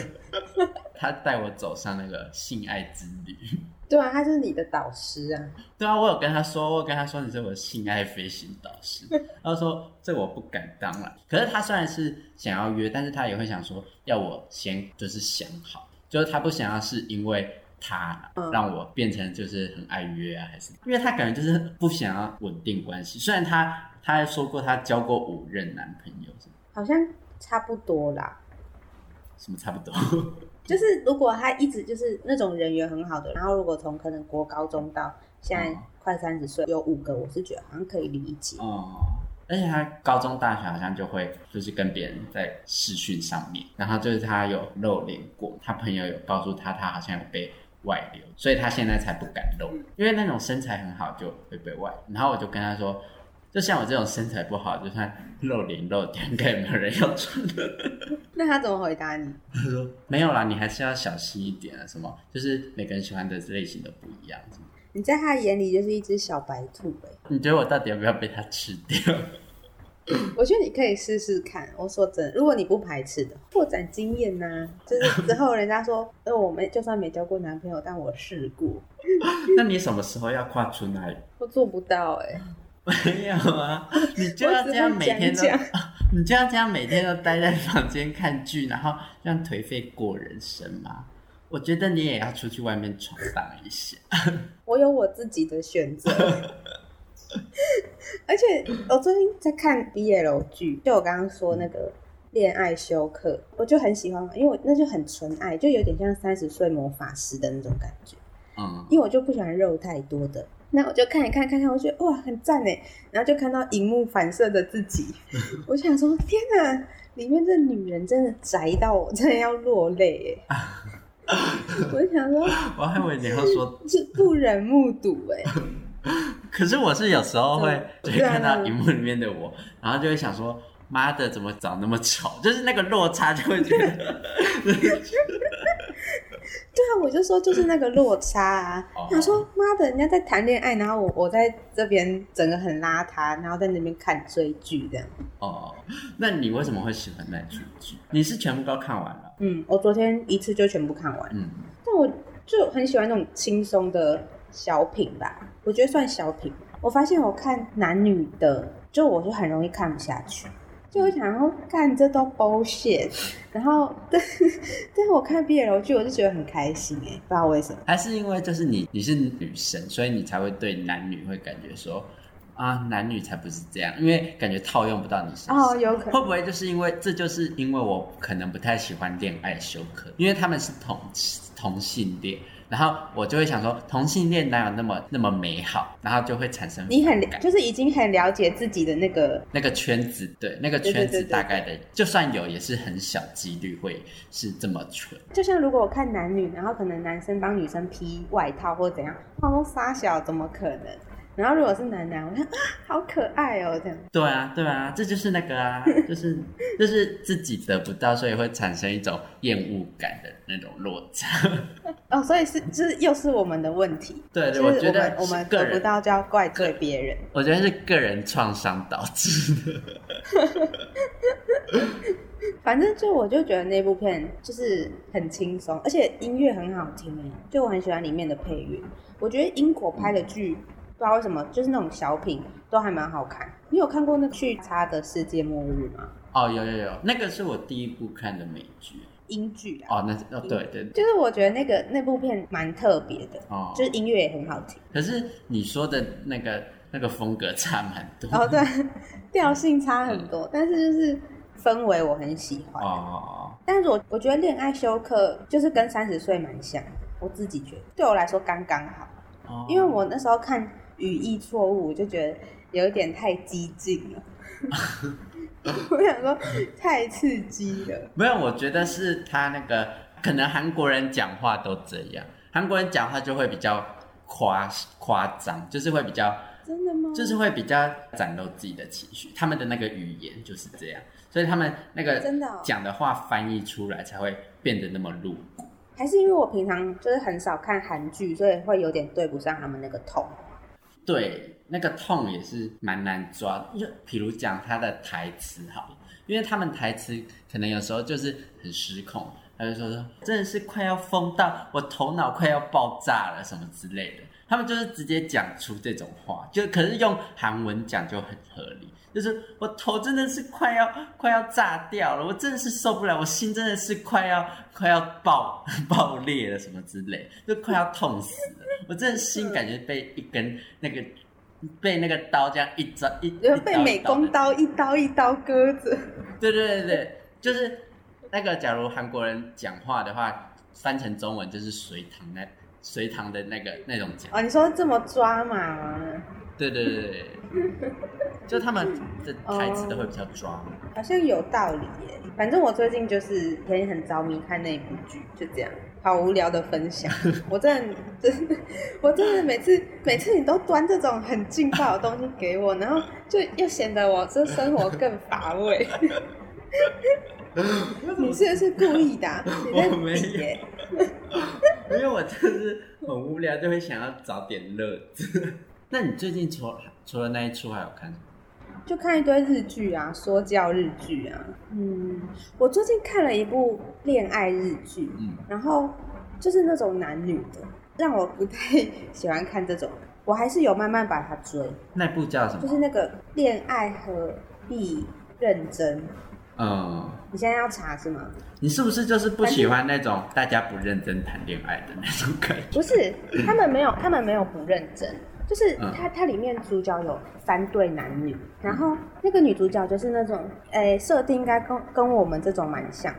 [SPEAKER 1] 他带我走上那个性爱之旅。
[SPEAKER 2] *laughs* 对啊，他是你的导师啊，
[SPEAKER 1] 对啊，我有跟他说，我有跟他说你是我的性爱飞行导师，他就说这我不敢当了。可是他虽然是想要约，但是他也会想说要我先就是想好，就是他不想要是因为他
[SPEAKER 2] 嗯
[SPEAKER 1] 让我变成就是很爱约啊，还是因为他感觉就是不想要稳定关系。虽然他他还说过他交过五任男朋友，什么
[SPEAKER 2] 好像差不多啦。
[SPEAKER 1] 什么差不多，
[SPEAKER 2] 就是如果他一直就是那种人缘很好的，然后如果从可能国高中到现在
[SPEAKER 1] 嗯
[SPEAKER 2] 快三十岁，有五个，我是觉得好像可以理解。
[SPEAKER 1] 哦、而且他高中、大学好像就会就是跟别人在视讯上面，然后就是他有露脸过，他朋友有告诉他，他好像有被外流，所以他现在才不敢露，因为那种身材很好就会被外流。然后我就跟他说，就像我这种身材不好，就算露脸露点，应该也没有人要穿的。 *laughs*
[SPEAKER 2] 那他怎么回答你？
[SPEAKER 1] 他说没有啦，你还是要小心一点啊，什么就是每个人喜欢的类型都不一样。什么
[SPEAKER 2] 你在他眼里就是一只小白兔哎、
[SPEAKER 1] 你觉得我到底要不要被他吃掉？ *laughs*
[SPEAKER 2] 我觉得你可以试试看。我说真的，如果你不排斥的，拓展经验呐、就是之后人家说， *laughs* 呃，我们就算没交过男朋友，但我试过，
[SPEAKER 1] 那你什么时候要跨出那一
[SPEAKER 2] 我做不到哎、
[SPEAKER 1] 没有
[SPEAKER 2] *laughs*
[SPEAKER 1] 啊，你就要
[SPEAKER 2] 我只
[SPEAKER 1] 这样
[SPEAKER 2] 会
[SPEAKER 1] 每
[SPEAKER 2] 讲
[SPEAKER 1] 天都
[SPEAKER 2] 讲，
[SPEAKER 1] *laughs* 你就要这样每天都待在房间看剧，然后这样颓废过人生吗？我觉得你也要出去外面闯荡一下。
[SPEAKER 2] 我有我自己的选择。而且我最近在看 BL 剧，就我刚刚说那个恋爱休克，我就很喜欢，因为我那就很纯爱，就有点像三十岁魔法师的那种感觉。
[SPEAKER 1] 嗯，
[SPEAKER 2] 因为我就不喜欢肉太多的，那我就看一看看看，我觉得哇很赞哎，然后就看到荧幕反射的自己，我就想说天哪，里面这女人真的宅到我真的要落泪哎，我就想说
[SPEAKER 1] 我还以为你会
[SPEAKER 2] *laughs*
[SPEAKER 1] 说，
[SPEAKER 2] 是不忍目睹哎，
[SPEAKER 1] 可是我是有时候会就
[SPEAKER 2] 对
[SPEAKER 1] 会
[SPEAKER 2] 啊
[SPEAKER 1] 看到荧幕里面的我，然后就会想说，妈的，怎么长那么丑？就是那个落差就会觉
[SPEAKER 2] *laughs*
[SPEAKER 1] 得，
[SPEAKER 2] 对啊，我就说就是那个落差啊
[SPEAKER 1] 哦，
[SPEAKER 2] 他说妈的，人家在谈恋爱，然后我我在这边整个很邋遢，然后在那边看追剧这样，
[SPEAKER 1] 哦，那你为什么会喜欢那出剧？你是全部都看完了？
[SPEAKER 2] 嗯，我昨天一次就全部看完。
[SPEAKER 1] 嗯，
[SPEAKER 2] 但我就很喜欢那种轻松的小品吧，我觉得算小品。我发现我看男女的，就我就很容易看不下去，就我想要干这都 bullshit。然后，但 *laughs* 但是我看 BL 剧，我就觉得很开心哎、不知道为什么。
[SPEAKER 1] 还是因为就是你你是女生，所以你才会对男女会感觉说啊，男女才不是这样，因为感觉套用不到你身上。
[SPEAKER 2] 哦，有可
[SPEAKER 1] 会
[SPEAKER 2] 能
[SPEAKER 1] 不会就是因为这就是因为我可能不太喜欢恋爱休克，因为他们是同同性恋，然后我就会想说同性恋哪有那么那么美好，然后就会产生
[SPEAKER 2] 你很
[SPEAKER 1] 反感
[SPEAKER 2] 就是已经很了解自己的那个，
[SPEAKER 1] 那个圈子，对那个圈
[SPEAKER 2] 对对对
[SPEAKER 1] 子
[SPEAKER 2] 对
[SPEAKER 1] 大概的，就算有也是很小几率会是这么蠢。
[SPEAKER 2] 就像如果我看男女，然后可能男生帮女生披外套或怎样，他说傻小怎么可能？然后如果是男男，我想啊好可爱哦这样。
[SPEAKER 1] 对啊，对啊，这就是那个
[SPEAKER 2] *laughs*
[SPEAKER 1] 啊，就是就是自己得不到，所以会产生一种厌恶感的那种落差。 *laughs*
[SPEAKER 2] 哦，所以是就是又是我们的问题。
[SPEAKER 1] 对
[SPEAKER 2] 就是
[SPEAKER 1] 对，我觉
[SPEAKER 2] 们
[SPEAKER 1] 得
[SPEAKER 2] 我们
[SPEAKER 1] 是个
[SPEAKER 2] 得不
[SPEAKER 1] 人，
[SPEAKER 2] 到就要怪罪别人。
[SPEAKER 1] 我觉得是个人创伤导致
[SPEAKER 2] *laughs*
[SPEAKER 1] 的。
[SPEAKER 2] 反正就我就觉得那部片就是很轻松，而且音乐很好听哎，就我很喜欢里面的配乐。我觉得英国拍的剧、不知道为什么，就是那种小品都还蛮好看。你有看过那个《去查的世界末日》吗？
[SPEAKER 1] 哦，有有有，那个是我第一部看的美剧。
[SPEAKER 2] 英剧啊，
[SPEAKER 1] 哦，那是哦，对对对
[SPEAKER 2] 就是我觉得那个那部片蛮特别的，
[SPEAKER 1] 哦。
[SPEAKER 2] 就是音乐也很好听。
[SPEAKER 1] 可是你说的那个那个风格差蛮多。
[SPEAKER 2] 哦，对，调性差很多，但是就是氛围我很喜欢。
[SPEAKER 1] 哦，
[SPEAKER 2] 但是我我觉得恋爱休克就是跟三十岁蛮像，我自己觉得对我来说刚刚好，
[SPEAKER 1] 哦
[SPEAKER 2] 因为我那时候看语义错误，我就觉得有一点太激进了， *laughs* 我想说太刺激了。
[SPEAKER 1] 没有，我觉得是他那个，可能韩国人讲话都这样，韩国人讲话就会比较夸夸张，就是会比较
[SPEAKER 2] 真的吗？
[SPEAKER 1] 就是会比较展露自己的情绪，他们的那个语言就是这样，所以他们那个
[SPEAKER 2] 真的哦
[SPEAKER 1] 讲的话翻译出来才会变得那么露骨。
[SPEAKER 2] 还是因为我平常就是很少看韩剧，所以会有点对不上他们那个痛。
[SPEAKER 1] 对，那个痛也是蛮难抓。就比如讲他的台词好了，因为他们台词可能有时候就是很失控，他就说说真的是快要疯到我头脑快要爆炸了什么之类的。他们就是直接讲出这种话，就可是用韩文讲就很合理，就是我头真的是快要快要炸掉了，我真的是受不了，我心真的是快要快要爆 *laughs* 爆裂了什么之类，就快要痛死了。我真的心感觉被一根那个被那个刀这样一扎一，
[SPEAKER 2] 觉得
[SPEAKER 1] 一
[SPEAKER 2] 被
[SPEAKER 1] 刀
[SPEAKER 2] 美
[SPEAKER 1] 一刀
[SPEAKER 2] 工
[SPEAKER 1] 的
[SPEAKER 2] 刀一刀一刀割着，
[SPEAKER 1] 对对对对，就是那个，假如韩国人讲话的话，翻成中文就是隋唐那隋唐的那个那种讲。
[SPEAKER 2] 哦，你说这么抓马吗？
[SPEAKER 1] 对对对对，就他们的台词都会比较抓。
[SPEAKER 2] 好像有道理耶。反正我最近就是也很着迷看那一部剧，就这样，好无聊的分
[SPEAKER 1] *laughs*
[SPEAKER 2] 享。我真的，真的，我真的每次每次你都端这种很劲爆的东西给我，然后就又显得我这生活更
[SPEAKER 1] *laughs*
[SPEAKER 2] 乏味。你是不是故意的啊、你在
[SPEAKER 1] 我没
[SPEAKER 2] 比
[SPEAKER 1] 有
[SPEAKER 2] 耶？
[SPEAKER 1] 因为我就是很无聊，就会想要找点乐子。 *laughs* 那你最近除除了那一出还有看什么？
[SPEAKER 2] 就看一堆日剧啊，说教日剧啊。嗯，我最近看了一部恋爱日剧，
[SPEAKER 1] 嗯
[SPEAKER 2] 然后就是那种男女的，让我不太喜欢看这种。我还是有慢慢把它追，
[SPEAKER 1] 那部叫什么？
[SPEAKER 2] 就是那个恋爱何必认真。
[SPEAKER 1] 嗯，
[SPEAKER 2] 你现在要查是吗？
[SPEAKER 1] 你是不是就是不喜欢那种大家不认真谈恋爱的那种感
[SPEAKER 2] *laughs*
[SPEAKER 1] 觉？ *laughs*
[SPEAKER 2] 不是，他们没有，他们没有不认真，就是它它里面主角有三对男女，然后那个女主角就是那种，诶、设定应该跟跟我们这种蛮像。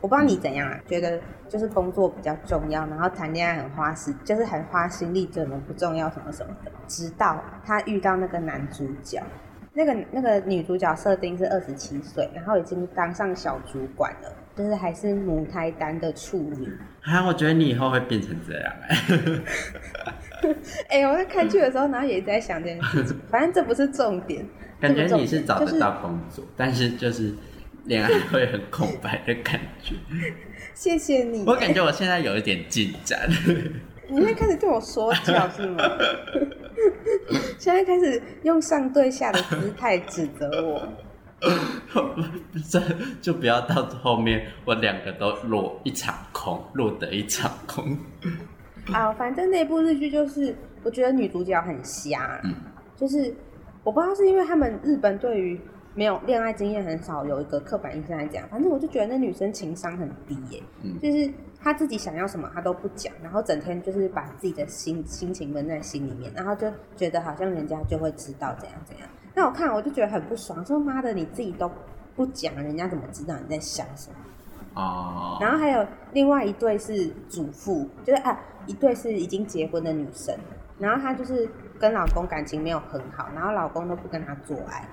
[SPEAKER 2] 我不知道你怎样啊，觉得就是工作比较重要，然后谈恋爱很花时，就是很花心力，怎么不重要什么什么的。直到她遇到那个男主角，那个那个女主角设定是二十七岁，然后已经当上小主管了，就是还是母胎单的处女。
[SPEAKER 1] 啊，我觉得你以后会变成这样哎、
[SPEAKER 2] 哎、我在看剧的时候，然后也一直在想这件事情。反正这不是重点，
[SPEAKER 1] *laughs* 感觉
[SPEAKER 2] 这不重
[SPEAKER 1] 你
[SPEAKER 2] 点
[SPEAKER 1] 是找
[SPEAKER 2] 就
[SPEAKER 1] 得
[SPEAKER 2] 是
[SPEAKER 1] 到工作，但是就是恋爱会很空白的感
[SPEAKER 2] *laughs*
[SPEAKER 1] 觉。
[SPEAKER 2] 谢谢你。
[SPEAKER 1] 我感觉我现在有一点进展，
[SPEAKER 2] 你现在开始对我说
[SPEAKER 1] *laughs*
[SPEAKER 2] 教是吗？ *laughs* 现在开始用上对下的姿态指责我。
[SPEAKER 1] 这就不要到后面我两个都落一场空，落得一场空。
[SPEAKER 2] 啊，反正那部日剧就是，我觉得女主角很瞎，
[SPEAKER 1] 嗯
[SPEAKER 2] 就是我不知道是因为他们日本对于没有恋爱经验很少有一个刻板印象来讲，反正我就觉得那女生情商很低耶、
[SPEAKER 1] 嗯
[SPEAKER 2] 就是她自己想要什么她都不讲，然后整天就是把自己的心心情闷在心里面，然后就觉得好像人家就会知道怎样怎样。那我看我就觉得很不爽，说妈的你自己都不讲，人家怎么知道你在想什么？
[SPEAKER 1] 哦，
[SPEAKER 2] 然后还有另外一对是主妇，就是啊，一对是已经结婚的女生，然后她就是跟老公感情没有很好，然后老公都不跟她做爱，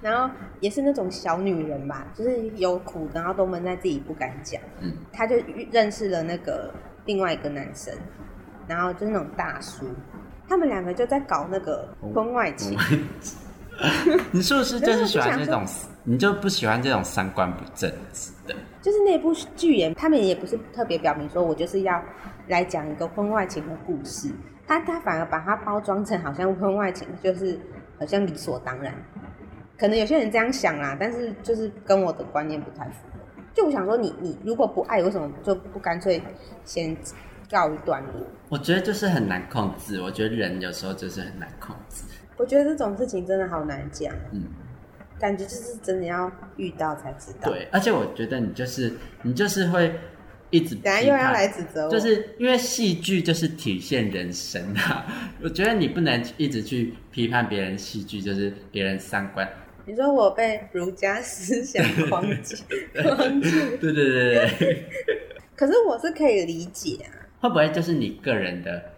[SPEAKER 2] 然后也是那种小女人吧，就是有苦然后都闷在自己不敢讲，
[SPEAKER 1] 嗯，
[SPEAKER 2] 她就遇认识了那个另外一个男生，然后就是那种大叔，他们两个就在搞那个婚外情，
[SPEAKER 1] *laughs* 你是不是就是喜欢这种？你就不喜欢这种三观不正直的？
[SPEAKER 2] 就是那部剧也，他们也不是特别表明说我就是要来讲一个婚外情的故事，他他反而把它包装成好像婚外情就是好像理所当然，可能有些人这样想啦，但是就是跟我的观念不太符合。就我想说你，你如果不爱，为什么就不干脆先告一段落？
[SPEAKER 1] 我觉得就是很难控制，我觉得人有时候就是很难控制。
[SPEAKER 2] 我觉得这种事情真的好难讲，
[SPEAKER 1] 嗯，
[SPEAKER 2] 感觉就是真的要遇到才知道。，
[SPEAKER 1] 对，而且我觉得你就是你就是会一直批
[SPEAKER 2] 等下
[SPEAKER 1] 判，
[SPEAKER 2] 又要来指责我，
[SPEAKER 1] 就是因为戏剧就是体现人生啊。 *laughs* 我觉得你不能一直去批判别人戏剧，就是别人三观。
[SPEAKER 2] 你说我被儒家思想框住，框住。
[SPEAKER 1] 对对对对对，
[SPEAKER 2] 可是我是可以理解啊，
[SPEAKER 1] *laughs* 会不会就是你个人的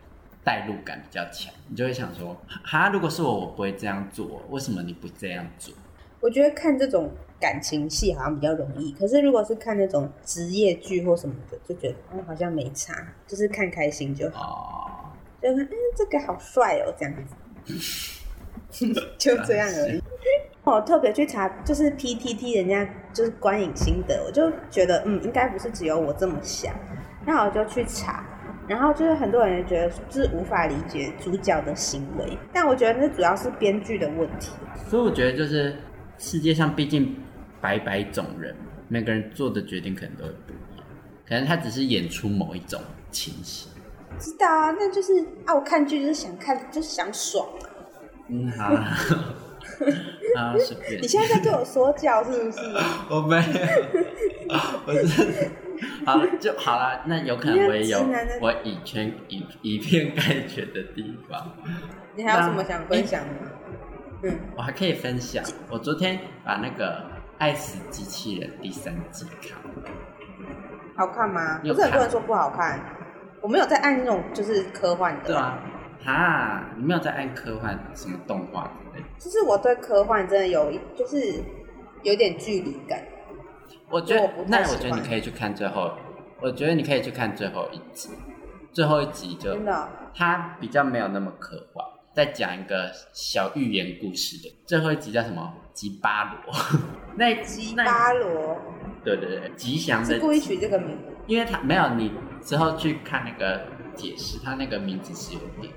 [SPEAKER 1] 代入感比较强？你就会想说，哈，如果是我，我不会这样做，为什么你不这样做？
[SPEAKER 2] 我觉得看这种感情戏好像比较容易，可是如果是看那种职业剧或什么的，就觉得嗯好像没差，就是看开心就好，
[SPEAKER 1] 哦。
[SPEAKER 2] 就看嗯这个好帅哦这样子， *laughs* 就这样而已。我特别去查，就是 PTT 人家就是观影心得，我就觉得嗯应该不是只有我这么想，那我就去查。然后就是很多人也觉得就是无法理解主角的行为，但我觉得那主要是编剧的问题。
[SPEAKER 1] 所以我觉得就是世界上毕竟百百种人，每个人做的决定可能都会不一样，可能他只是演出某一种情 *laughs* 形。
[SPEAKER 2] 知道啊，那就是啊，我看剧就是想看，就是想爽啊。
[SPEAKER 1] 嗯，好啦， *laughs* 啊，随便
[SPEAKER 2] 你。现在在对我说教是不是？
[SPEAKER 1] 我没有， *laughs* 我是好就好啦。那有可能我也有
[SPEAKER 2] 你很直男的
[SPEAKER 1] 我以偏以以偏概全的地方，
[SPEAKER 2] 你还有什么想分享的吗？嗯，
[SPEAKER 1] 我还可以分享。我昨天把那个《爱死机器人》第三季看完。
[SPEAKER 2] 好看吗？
[SPEAKER 1] 你有
[SPEAKER 2] 不是很多人说不好看，我没有在按那种就是科幻
[SPEAKER 1] 对
[SPEAKER 2] 的，
[SPEAKER 1] 啊，哈，你没有在按科幻什么动画之类的？
[SPEAKER 2] 就是我对科幻真的有一就是有点距离感。
[SPEAKER 1] 我觉得
[SPEAKER 2] 我不太
[SPEAKER 1] 那
[SPEAKER 2] 喜
[SPEAKER 1] 我
[SPEAKER 2] 欢
[SPEAKER 1] 觉得你可以去看最后，我觉得你可以去看最后一集，最后一集就
[SPEAKER 2] 真的哦
[SPEAKER 1] 它比较没有那么科幻，再讲一个小寓言故事的。最后一集叫什么？吉巴罗， *laughs* 那
[SPEAKER 2] 吉
[SPEAKER 1] 那
[SPEAKER 2] 巴罗
[SPEAKER 1] 对对对，吉祥的
[SPEAKER 2] 是故意
[SPEAKER 1] 吉
[SPEAKER 2] 取这个名字，
[SPEAKER 1] 因为它没有你之后去看那个解释，它那个名字是有点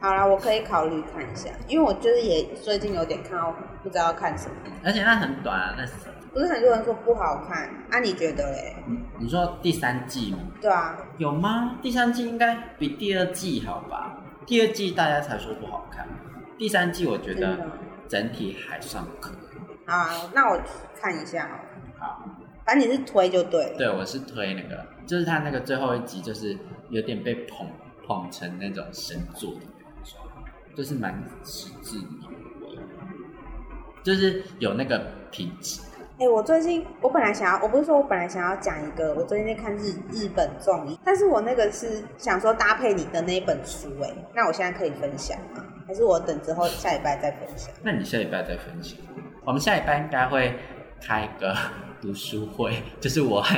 [SPEAKER 2] 好啦，我可以考虑看一下，因为我就是也最近有点看到不知道要看什么，
[SPEAKER 1] 而且那很短啊，那是
[SPEAKER 2] 不是很多人说不好看，啊你觉得嘞？
[SPEAKER 1] 你说第三季吗？
[SPEAKER 2] 对啊，
[SPEAKER 1] 有吗？第三季应该比第二季好吧？第二季大家才说不好看，第三季我觉
[SPEAKER 2] 真
[SPEAKER 1] 得
[SPEAKER 2] 的
[SPEAKER 1] 整体还算可以。
[SPEAKER 2] 啊，那我看一下好了。
[SPEAKER 1] 好，
[SPEAKER 2] 反正你是推就对了。
[SPEAKER 1] 对，我是推那个，就是他那个最后一集，就是有点被捧捧成那种神作的感觉，就是蛮实至名归，就是有那个品质。
[SPEAKER 2] 哎、我最近我本来想要，我不是说我本来想要讲一个，我最近在看日日本综艺，但是我那个是想说搭配你的那一本书、哎，那我现在可以分享吗？还是我等之后下礼拜再分享？
[SPEAKER 1] 那你下礼拜再分享。我们下礼拜应该会开一个 *laughs* 读书会，就是我和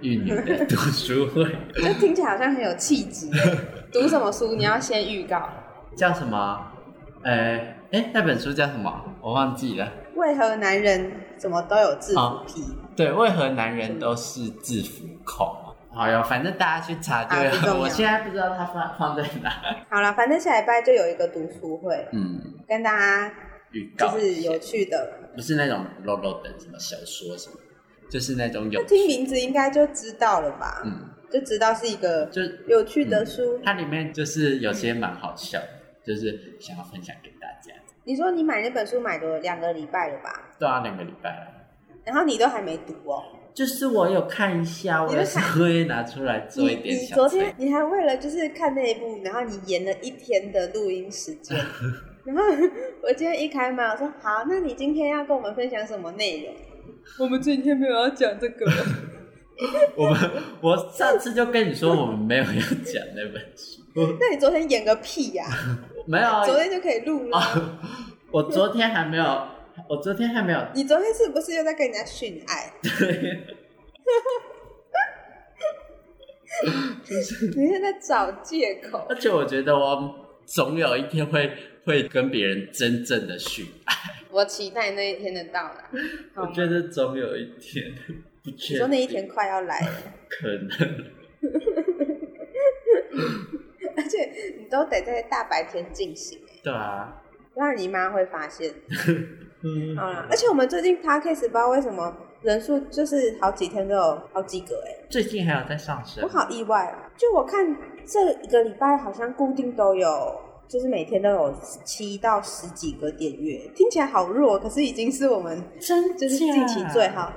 [SPEAKER 1] 玉女的读书会，
[SPEAKER 2] 就听起来好像很有气质、哎读什么书？你要先预告。
[SPEAKER 1] 叫什么？呃，哎，那本书叫什么？我忘记了。
[SPEAKER 2] 为何男人怎么都有制服皮？
[SPEAKER 1] 对，为何男人都是制服控？好哟，哎反正大家去查就
[SPEAKER 2] 啊不重
[SPEAKER 1] 有。
[SPEAKER 2] 要
[SPEAKER 1] 我现在不知道它放放在哪。
[SPEAKER 2] 好了，反正下礼拜就有一个读书会，
[SPEAKER 1] 嗯，
[SPEAKER 2] 跟大家
[SPEAKER 1] 预
[SPEAKER 2] *laughs* 就
[SPEAKER 1] 告
[SPEAKER 2] 是有趣的，
[SPEAKER 1] 不是那种肉肉的什么小说什么，就是那种有
[SPEAKER 2] 就听名字应该就知道了吧？
[SPEAKER 1] 嗯，
[SPEAKER 2] 就知道是一个
[SPEAKER 1] 就
[SPEAKER 2] 有趣的书。
[SPEAKER 1] 它里面就是有些蛮好笑的，就是想要分享给大家。
[SPEAKER 2] 你说你买那本书买了两个礼拜了吧？
[SPEAKER 1] 对啊，两个礼拜了。
[SPEAKER 2] 然后你都还没读哦。
[SPEAKER 1] 就是我有看一下，我
[SPEAKER 2] 你
[SPEAKER 1] 有
[SPEAKER 2] 就
[SPEAKER 1] 时
[SPEAKER 2] 看
[SPEAKER 1] 候会拿出来
[SPEAKER 2] 你
[SPEAKER 1] 做一点
[SPEAKER 2] 你
[SPEAKER 1] 小
[SPEAKER 2] 昨
[SPEAKER 1] 推
[SPEAKER 2] 天你还为了就是看那一部，然后你延了一天的录音时
[SPEAKER 1] *laughs*
[SPEAKER 2] 间。然后我今天一开麦，我说好，那你今天要跟我们分享什么内容？我们今天没有要讲这个。
[SPEAKER 1] 我们我上次就跟你说我们没有要讲那本书，
[SPEAKER 2] *laughs* 那你昨天演个屁
[SPEAKER 1] *laughs*
[SPEAKER 2] 呀、
[SPEAKER 1] 没有啊
[SPEAKER 2] 昨天就可以录了。
[SPEAKER 1] *laughs* 啊，我昨天还没有，我昨天还没有，
[SPEAKER 2] 你昨天是不是又在跟人家训
[SPEAKER 1] *laughs*
[SPEAKER 2] 爱？你是在找借口
[SPEAKER 1] 而？且我觉得我总有一天会会跟别人真正的去，
[SPEAKER 2] 嗯我期待那一天的到来。好
[SPEAKER 1] 我
[SPEAKER 2] 吗
[SPEAKER 1] 觉得总有一天，不确
[SPEAKER 2] 你说那一
[SPEAKER 1] 定
[SPEAKER 2] 天快要来了，
[SPEAKER 1] 可能，
[SPEAKER 2] *laughs* 而且你都得在大白天进行，
[SPEAKER 1] 对啊，
[SPEAKER 2] 不然你妈会发现。
[SPEAKER 1] 嗯，
[SPEAKER 2] 好了，而且我们最近 podcast 不知道为什么人数就是好几天都有好几个哎、
[SPEAKER 1] 最近还有在上升
[SPEAKER 2] 我，好意外啊！就我看这一个礼拜好像固定都有，就是每天都有七到十几个点阅，听起来好弱，可是已经是我们
[SPEAKER 1] 真
[SPEAKER 2] 就是
[SPEAKER 1] 假
[SPEAKER 2] 近期最。好。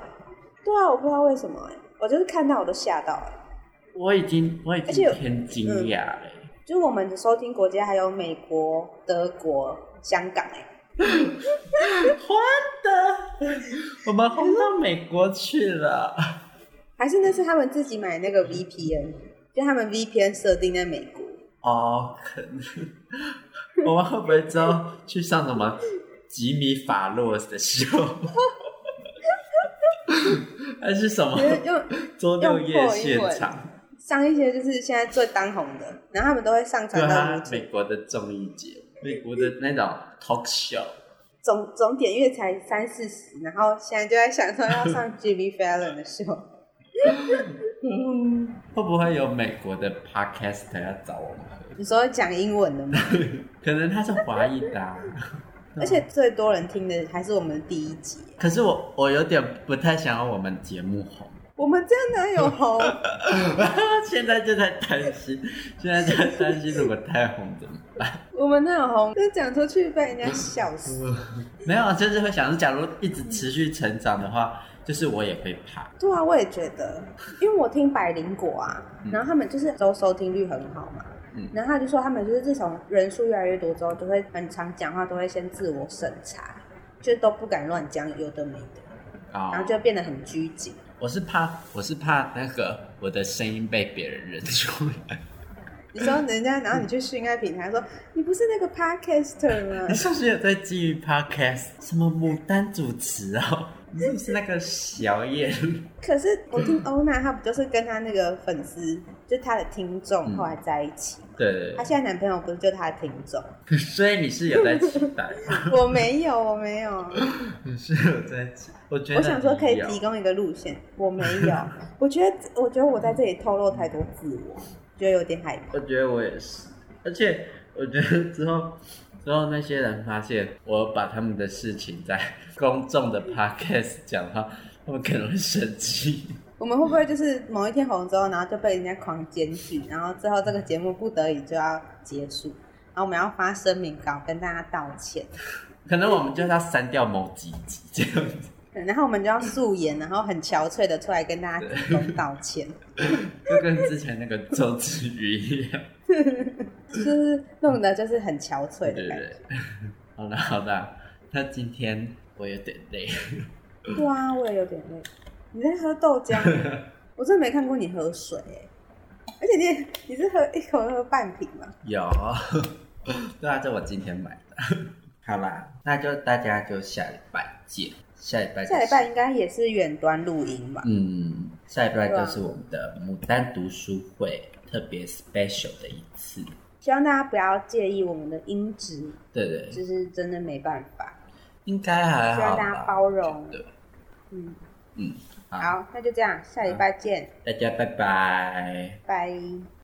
[SPEAKER 2] 对啊，我不知道为什么哎、我就是看到我都吓到哎、
[SPEAKER 1] 我已经我已
[SPEAKER 2] 而且
[SPEAKER 1] 经
[SPEAKER 2] 嗯
[SPEAKER 1] 偏惊讶了欸，
[SPEAKER 2] 就是我们的收听国家还有美国、德国、香港哎、
[SPEAKER 1] 真的，我们轰到美国去了。
[SPEAKER 2] 还是那是他们自己买那个
[SPEAKER 1] 嗯
[SPEAKER 2] VPN，就他们 VPN 设定在美国。
[SPEAKER 1] 哦，可能我们会不会之后去上什么吉米法洛的秀，还是什么
[SPEAKER 2] 因为用
[SPEAKER 1] 周六夜现场？
[SPEAKER 2] 上一些就是现在最当红的，然后他们都会上
[SPEAKER 1] 对
[SPEAKER 2] 传到
[SPEAKER 1] 啊
[SPEAKER 2] YouTube，，
[SPEAKER 1] 美国的综艺节目，美国的那种 talk show，
[SPEAKER 2] 总总点阅才三四十，然后现在就在想说要
[SPEAKER 1] *laughs*
[SPEAKER 2] 上 Jimmy Fallon 的秀，
[SPEAKER 1] 会不会有美国的 podcast 要找我们？
[SPEAKER 2] 你说讲英文的吗？
[SPEAKER 1] *laughs* 可能他是华裔的啊、
[SPEAKER 2] *laughs* 而且最多人听的还是我们第一集，
[SPEAKER 1] 可是我我有点不太想要我们节目红。
[SPEAKER 2] 我们这样哪有红？
[SPEAKER 1] *laughs* 现在就在担心，现在就在担心，如果太红怎么办？
[SPEAKER 2] 我们哪有红？就讲出去被人家笑死。
[SPEAKER 1] 没有，就是会想，假如一直持续成长的话，就是我也会怕。
[SPEAKER 2] 对啊，我也觉得，因为我听百灵果啊，
[SPEAKER 1] 嗯
[SPEAKER 2] 然后他们就是都收听率很好嘛，
[SPEAKER 1] 嗯
[SPEAKER 2] 然后他就说他们就是自从人数越来越多之后，就会很常讲话，都会先自我审查，就都不敢乱讲有的没的，
[SPEAKER 1] 啊、
[SPEAKER 2] 然后就变得很拘谨。
[SPEAKER 1] 我是怕，我是怕那个我的声音被别人认出来。
[SPEAKER 2] 嗯你说人家，然后你去训爱 *laughs* 平台说你不是那个 podcaster 吗
[SPEAKER 1] 你？是不是有在基于 podcast 什么牡丹主持哦？你是不是那个小燕？
[SPEAKER 2] *laughs* 可是我听欧娜，她不就是跟她那个粉丝，就她的听众
[SPEAKER 1] 嗯
[SPEAKER 2] 后来在一起，
[SPEAKER 1] 对
[SPEAKER 2] 她，现在男朋友不是就她的听众？
[SPEAKER 1] 所以你是有在期待，
[SPEAKER 2] *laughs* 我没有，我没有。
[SPEAKER 1] 你是有在期，我觉得
[SPEAKER 2] 我想说可以
[SPEAKER 1] 你有
[SPEAKER 2] 提供一个路线，我没
[SPEAKER 1] *laughs*
[SPEAKER 2] 有。我觉得，我觉得我在这里透露太多自我，觉得有点害怕。
[SPEAKER 1] 我觉得我也是，而且我觉得之后之后那些人发现我把他们的事情在公众的 podcast 讲的话，他们可能会生气。 *laughs*
[SPEAKER 2] 我们会不会就是某一天红之后，然后就被人家狂检举，然后最后这个节目不得已就要结束？然后我们要发声明稿跟大家道歉，
[SPEAKER 1] 可能我们就是要删掉某几集这样子。
[SPEAKER 2] 然后我们就要素颜，然后很憔悴的出来跟大家鞠躬道歉，
[SPEAKER 1] 就跟之前那个周子瑜一样。
[SPEAKER 2] 就是弄得就是很憔悴
[SPEAKER 1] 对对
[SPEAKER 2] 的感
[SPEAKER 1] 对
[SPEAKER 2] 觉。，
[SPEAKER 1] 好啦好啦，那今天我有点累， *laughs*
[SPEAKER 2] 对啊，我也有点累。你在喝豆浆？我真的没看过你喝水、欸，而且你你是喝一口喝半瓶吗？
[SPEAKER 1] 有，对啊，这我今天买的。 *laughs* 好啦，那就大家就下礼拜见，下礼拜就
[SPEAKER 2] 下
[SPEAKER 1] 是
[SPEAKER 2] 礼拜应该也是远端录音吧？啊
[SPEAKER 1] 嗯，下礼拜就是我们的牡丹读书会特别 special 的一次。
[SPEAKER 2] 希望大家不要介意我们的音质，
[SPEAKER 1] 对对，
[SPEAKER 2] 就是真的没办法。
[SPEAKER 1] 应该还
[SPEAKER 2] 希
[SPEAKER 1] 好
[SPEAKER 2] 望
[SPEAKER 1] 吧。
[SPEAKER 2] 大家包容
[SPEAKER 1] 对，
[SPEAKER 2] 嗯，
[SPEAKER 1] 嗯，好，
[SPEAKER 2] 好，那就这样，下礼拜见，
[SPEAKER 1] 大家拜拜。
[SPEAKER 2] 拜。